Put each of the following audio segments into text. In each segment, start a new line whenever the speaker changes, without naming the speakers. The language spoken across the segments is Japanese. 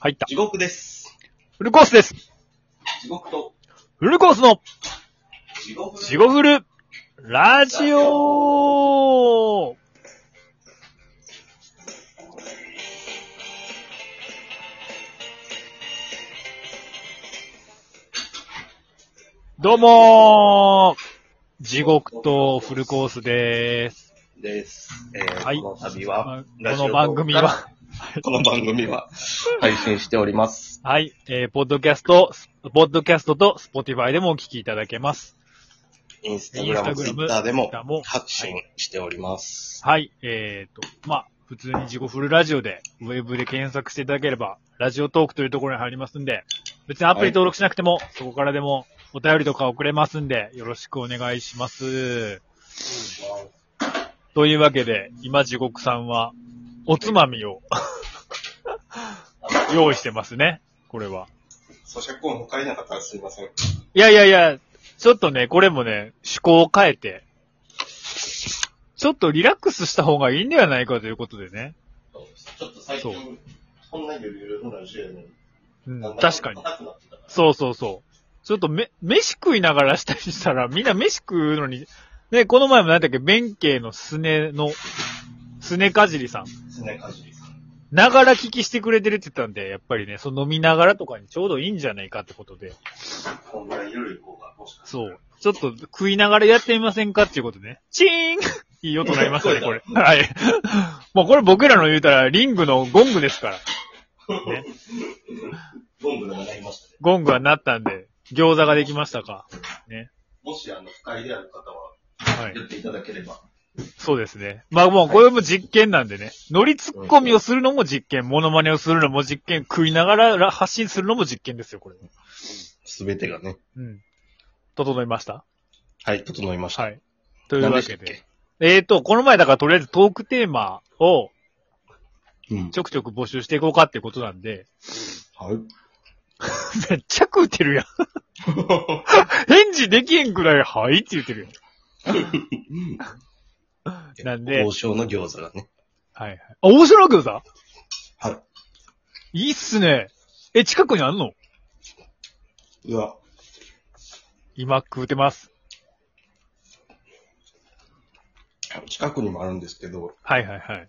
入った。
地獄です。
フルコースです。
地獄と、
フルコースの、
地獄
ジゴフル、ラジオどうもー地獄とフルコースでーす。
です。えー
はい
この度
ま
は
こ、
ラジオ
の番組
から
は、
この番組は、配信しております。
はい、えー、ポッドキャスト、スポッドキャストとスポティファイでもお聞きいただけます。
インスタグラ
イン
ム、
スタ
ツイ
グラム
ッターでも
Twitter も
発信しております。
はい、えー、と、まあ、普通に自己フルラジオで、ウェブで検索していただければ、ラジオトークというところに入りますんで、別にアプリ登録しなくても、そこからでもお便りとか送れますんで、よろしくお願いします。というわけで、今地獄さんは、おつまみを、用意してますね、これは。
咀嚼音も借りなかったらすいません。
いやいやいや、ちょっとね、これもね、趣向を変えて、ちょっとリラックスした方がいいんではないかということでね。
ちょっと最
そ
近、そんなゆるゆるのラジオやのに
うん
だんだん
確かに。
硬くなってたから
そうそうそう。ちょっとめ、飯食いながらしたりしたら、みんな飯食うのに、ね、この前も何だっけ、弁慶のすねの、すねかじりさん。
ですね、かじりさん。
ながら聞きしてくれてるって言ったんで、やっぱりね、その飲みながらとかにちょうどいいんじゃないかってことで、
こんぐらいゆるい方が、もしかし
そう。ちょっと食いながらやってみませんかっていうことね。チーン いい音鳴りましたね、これ。はい。 もうこれ僕らの言うたら、リングのゴングですから。ね、
て、ゴングが鳴りましたね。
ゴングは鳴ったんで、餃子ができましたか。
もし、あの、不快である方は、
はい
や。っていただければ。
そうですね。まあもうこれも実験なんでね。乗りツッコミをするのも実験、モノマネをするのも実験、食いながら発信するのも実験ですよ、これ。
すべてがね、
うん。整いました
はい、整いました。
はい。というわけ
何したっ
で。えーと、この前だからとりあえずトークテーマを
けうん
ち。ょくちょく募集していこうかってことなんで、
はい。
めっちゃ食うてるや ん。返事できへんくらい、はいって言ってるやん。なんで
王将の餃子がね。
はいはい。あ、面白いけどさ。
はい
いっすね。え、近くにあんの
い。うわ、
今食うてます。
近くにもあるんですけど、
はいはいはい。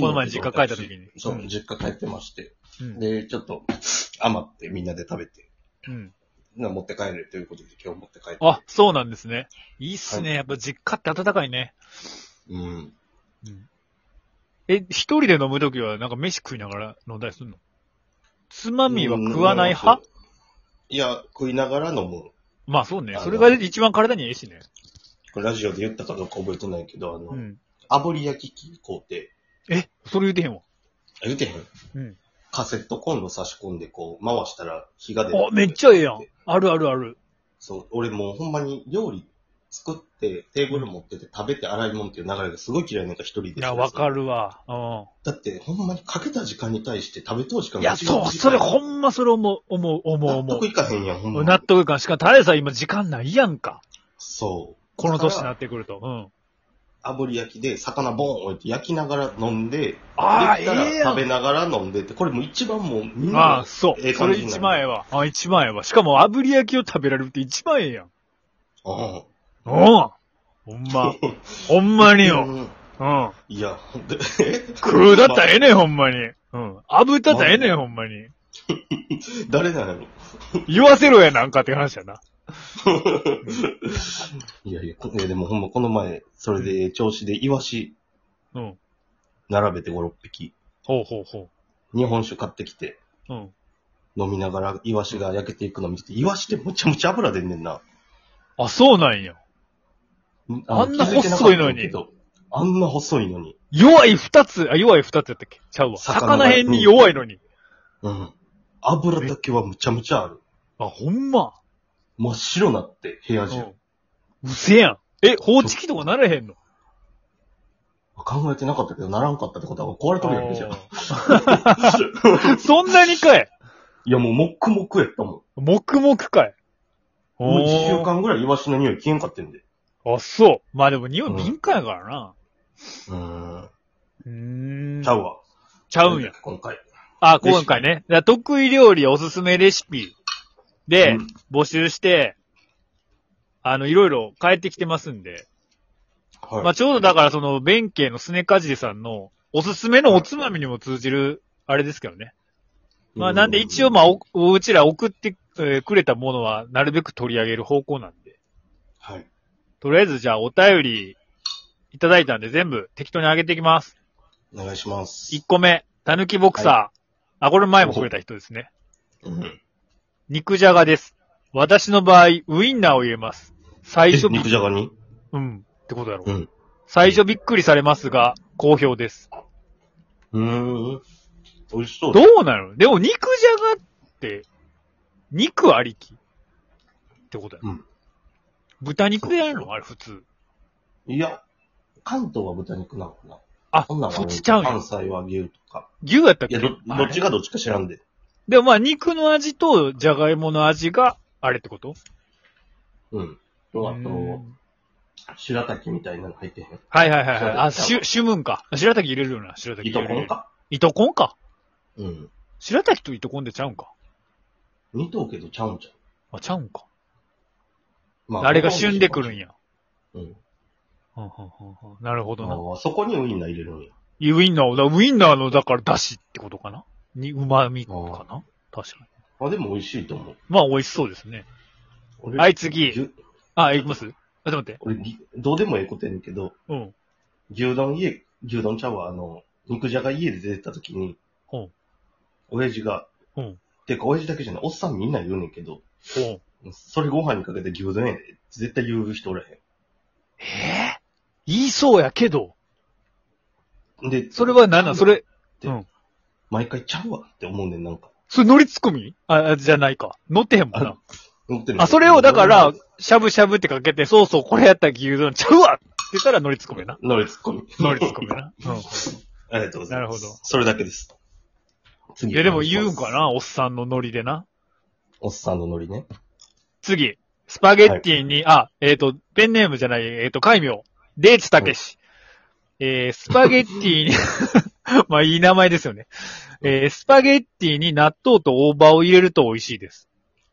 この前実家帰った時に
そう
う、ん
実家帰ってまして。
うん。
で、ちょっと余ってみんなで食べて、
うん。
な持って帰るということで今日持って帰って。
あ、そうなんですね。いいっすね。やっぱ実家って暖かいね。
うん。
え、一人で飲むときはなんか飯食いながら飲んだりするのつまみは食わない派
うんいや、食いながら飲む。
まあそうね
あ。の
それが一番体にええしね。
これラジオで言ったかどうか覚えてないけど、あの、
うん。
炙り焼き器工程。
え、それ言うてへんわ。
あ言うてへん
うん。
カセットコンロ差し込んでこう回したら火が出る。
あ、めっちゃええやん。あるあるある。
そう、俺もうほんまに料理作って、テーブル持ってて食べて洗い物っていう流れがすごい嫌いなんか一人で。
いや、わか。るわ。う
だってほんまにかけた時間に対して食べとう時間
ん。いや、そう、それほ
ん
んまそれ思う、思う、思う、
納
思
得いかへんやん、ほん
う。納
まに。
得感。しかも、ただでさえ今時間ないやんか。
そう。
この年にな
だ
ってくると。うん。
から炙り焼きで魚ボーン置いて焼きながら飲んで、
ああ、え
で
え
きたら
やん
食。べながら飲んでって、これもう一番もうみん
あ
な
あ、、そ
え
う。
え
そ
感
れ
じにな
一
る
番ええわ。あ一番ええわ。しかも炙り焼きを食べられるって一番ええやん。
うん。
うん。ほん ま。ほんまによ。
うん
うん。
いや、ほんで、
食うだったらええねん、ほんまに。うん。炙ったったらええねん、ほんまに。
誰なんやろ
言わせろやなんかって話や な。
いやいや、こいやでもほんまこの前、それで調子でイワシ
うん。
並べて5、6匹、
ほうほうほ
日本酒買ってきて、
う。うん。
飲みながらイワシが焼けていくの見てて、イワシってむちゃむちゃ油出んねんな。
あ、そうなんや。あんな
気づてかった
細いのに
けど。あんな細いのに。
弱い二つ、あ、弱い二つやったっけちゃうわ。魚
魚
辺に弱いのに。
うん。油だけはむちゃむちゃある。
あ、ほんま。
真っ白なって、部
う
屋中
ん。。うせやん。え、放置機とかなれへんの
考えてなかったけど、ならんかったってことは壊れとるやんけじゃん。
あー そんなにかい。
いやもう、もっくもくやったも
黙々かい。
ん。もう1
お
週
ー
間ぐらいイワシの匂い消えんかってんで。
あ、そう。まあでも匂い
うん
敏感やからな。
うーん。
うーん。
ちゃうわ。
ちゃうんや。。
今回。
あ、今回ね。だから得意料理おすすめレシピで
うん
募集して、あの、いろいろ変えてきてますんで。
はい。
まあ、ちょうどだからその、弁慶のスネカジリさんのおすすめのおつまみにも通じる、あれですけどね。まあ、なんで一応まあ、お、おうちら送って、えーくれたものは、なるべく取り上げる方向なんで。
はい。
とりあえずじゃあお便りいただいたんで全部適当に上げていきます。
お願いします。
1個目、たぬきボクサー。あ、これ前もくれた人ですね。
うん
肉じゃがです。私の場合、ウインナーを入れます。最
え
初び、
肉じゃがに
うん、ってことだろう。
うん
最初びっくりされますが、好評です。
うーん。美味しそう。
どうなのでも肉じゃがって、肉ありきってことだよ。
うん
豚肉じゃないのあれ普通。
いや、関東は豚肉なのかな
あ
そんなん、は
そっちちゃうんや
関。西は牛とか。
牛やったっ
い
け
や、ど、どっちがどっちか知らんで。
でもまあ、肉の味と、じゃがいもの味が、あれってこと
うん。と、あ
う
と、
ん
白滝みたいなの入ってへん。
はいはいはい
そう
はい。
だ
あ、しゅ、主文か。白滝入れるよな、白滝
い
入れ
と
る。
こん。か。
糸こんか。
うん。
白滝と糸こんでちゃうんか。
二頭けどちゃうんちゃ
あ、ちゃうんか。
う。ま
あれが旬でくるん。や。
うん。
はんはんはんはんなるほどな。
ああ、そこにウインナー入れるんや。
ウインナーをだ、ウインナーの、だから、だしってことかなに、旨味かな確かに。
あ、でも美味しいと思う。
まあ、美味しそうですね。
俺
はい次
ぎゅ
あ、いきますあ、ちょっと待って。
俺、ぎどうでもええことやねんけど、
うん。
牛丼家、牛丼ちゃうわ、あの、肉じゃが家で出てた時に、
ほう。
親父が、
うん
てか、親父だけじゃない、おっさんみんな言うねんけど、
ほう。
それご飯にかけて牛丼やで、絶対言う人おらへ
ええ言いそうやけど。
ん。で、
それは何なんそれ、
毎回ちゃうわって思うねん、なんか。
それ乗りツッコミあ、じゃないか。乗ってへんもんな。
思ってんの
あ、それをだから、、しゃぶしゃぶってかけて、そうそう、これやったら牛丼ちゃうわって言ったら乗りツッコミやな。
乗りツッコミ。
乗りツッコミやな。
ありがとうござ
な
います。
るほど
それだけです。
うん。
次。
いや、でも言うんかなおっさんのノリでな。
おっさんのノリね。
次。スパゲッティに、あ、えっ、と、ペンネームじゃない、えっ、と、海名。デーツたけし。えー、スパゲッティに、 まあ、いい名前ですよね。えー、スパゲッティに納豆と大葉を入れると美味しいです。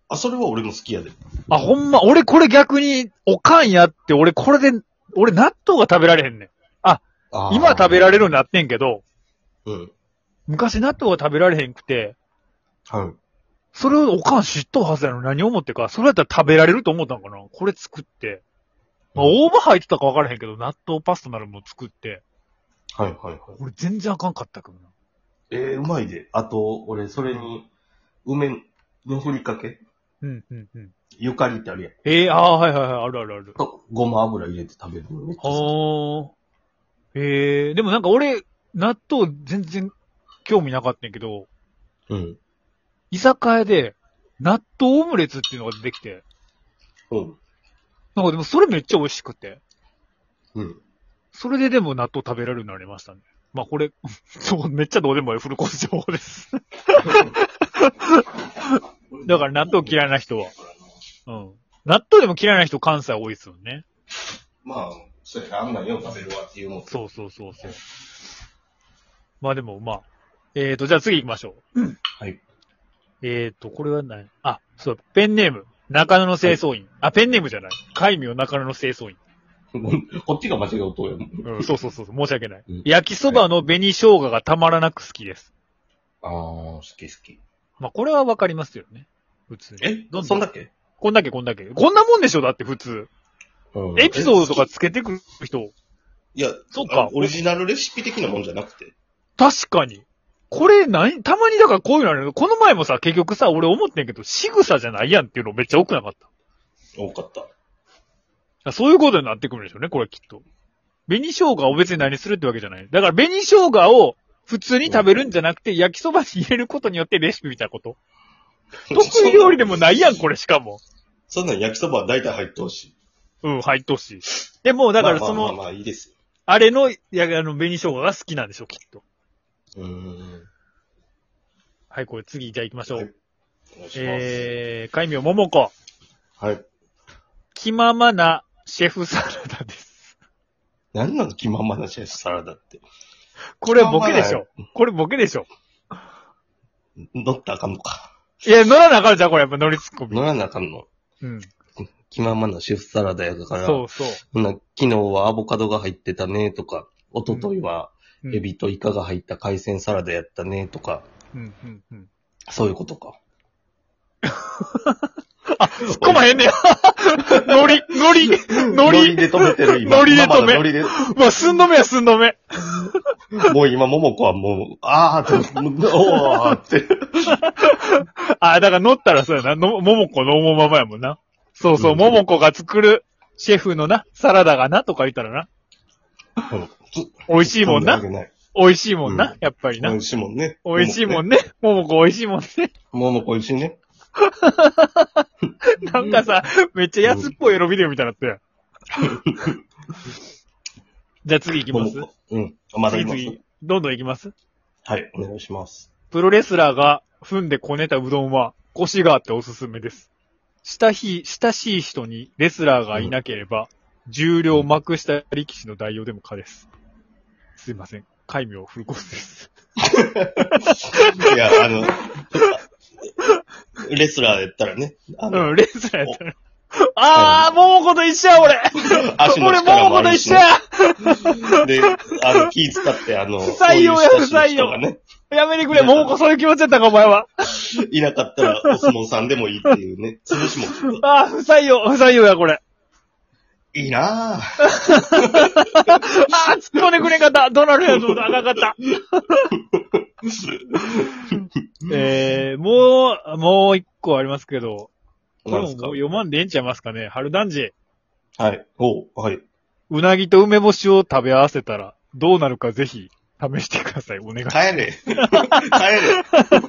あ、それは俺も好きやで。
あ、ほんま、俺これ逆に、おかんやって、俺これで、俺納豆が食べられへんねん。
あー
今食べられるようになってんけど、
うん。
昔納豆が食べられへんくて、
はい。
それをおかん知っとうはずやのに何思ってか、それやったら食べられると思ったんかなこれ作って。まあ、
うん
大葉入ってたか分からへんけど、納豆パスタなるもの作って、
はいはいはい。
俺全然あかんかったけどな。
えー、うまいで。あと、俺、それに、梅のふりかけ
うん、うん、うん。
ゆかりってあるやん。
ええああ、はいはいはい、あるあるある。
と、ごま油入れて食べるのめっちゃ好
は
き
あ。ええでもなんか俺、納豆全然興味なかったんやけど、
うん。
居酒屋で、納豆オムレツっていうのが出てきて、
うん。
なんかでもそれめっちゃ美味しくて。
うん。
それででも納豆食べられるようになりましたね。まあこれ、 そう、めっちゃどうでもいいフルコース情報です。だから納豆嫌いな人は。うん。納豆でも嫌いな人関西多いですよね。
まあ、そうやな、あんなんよう食べるわっていうもん。
そうそうそうそう。まあでも、まあ。えーと、じゃあ次行きましょう。
はい。
えーと、これは何あ、そう、ペンネーム。中野の清掃員。あ、ペンネームじゃない。海名中野の清掃員。
こっちが間違うとやもん。
うん、そうそうそうそう、申し訳ない。
うん
焼きそばの紅生姜がたまらなく好きです。
あー、好き好き。
まあ、これはわかりますよね。普通に。
え
どんどん
そんだけ
こんだけこんだけ。こんなもんでしょだって普通。
うん
エピソードとか
え好
つけてくる人。
きいや、
そうか
あ。オリジナルレシピ的なもんじゃなくて。
確かに。これ何たまにだからこういうのあるよこの前もさ、結局さ、俺思ってんけど、仕草じゃないやんっていうのめっちゃ多くなかった
多かった。。
あそういうことになってくるんでしょうね、これきっと。紅生姜を別に何するってわけじゃない。だから紅生姜を普通に食べるんじゃなくて、焼きそばに入れることによってレシピみたいなこと。得意料理でもないやん、これしかも。
そんなん焼きそばは大体入ってほしい。
うん、入ってほしい。でも、だからそ
まあまあま
の、
あまあいいですよ。
あれの、いや、あの、紅生姜が好きなんでしょ、きっと。
うーん。
はい、これ次、じゃあ行きましょう。
はいお願いします。
えー、海名桃子。
はい。
気ままなシェフサラダ です。
何なの気ままなシェフサラダって。
これボケでしょ。これボケでしょ。
乗ったらあかんのか。
いや、乗らなあかんじゃん、これ。やっぱ乗りツッコミ
乗。らなあかんの。
うん。
気ままな主婦サラダやから。
そうそう。
ほな昨日はアボカドが入ってたねとか、一昨日は
うん
エ。ビとイカが入った海鮮サラダやったねとか、
うん、うん、うん。
そういうこ とか。
突っ込まへんねや。 乗り、乗り、乗り。
で止めてる、今。
ノリで止め
今まだノリで。
うわ、寸止めや、寸止め。
もう今、ももこはもう、あーって、おーって。
あ、だから乗ったらそうやな。の、ももこの思うままやもんな。そうそう、
うん
ももこが作るシェフのな、サラダがな、とか言ったらな。美味 しいもんな。美味しいもん
う
な、
ん
やっぱり
美
な。
味しいもんね。
美味しいもんね。ももこ美味しいもんね。
ももこ美味しいね。
なんかさ、めっちゃ安っぽいエロビデオみたいになったやん。じゃあ次行き
も
ま
も
す
こ。うん。まだい
次
ます。
次、どんどん行きます
はい、お願いします。
プロレスラーが踏んでこねたうどんは、コシがあっておすすめです。親しい、親しい人にレスラーがいなければ、重量を幕下力士の代用でも可です。すいません。海名フルコースです。
いや、あの、レスラーやったらね、あの、
うん、レスラーやったら。あー、桃子と一緒や、俺
足の
俺、
力
桃子
もあ
と
る
一
し
緒
ね、
や
で、あの、気使って、あの、
不採用や
そういう親しい人がね、
やめてくれ、桃子、そういう気持ちやったんか、お前は。
いなかったら、お相撲さんでもいいってい うね、潰しも効く
あー、不採用、不採用や、これ。
いいな
あ
ぁ。
ー、突っ込んでくれんかった。どうなるやと思った。あかんかった。えー、もう、もう一個ありますけど、これ
な
も
ん
も
す
う
か
読まんでええんちゃいますかね。春団児、
はい。おう、はい。
うなぎと梅干しを食べ合わせ たら、どうなるかぜひ、試してください。お願いします
帰れ。帰れ。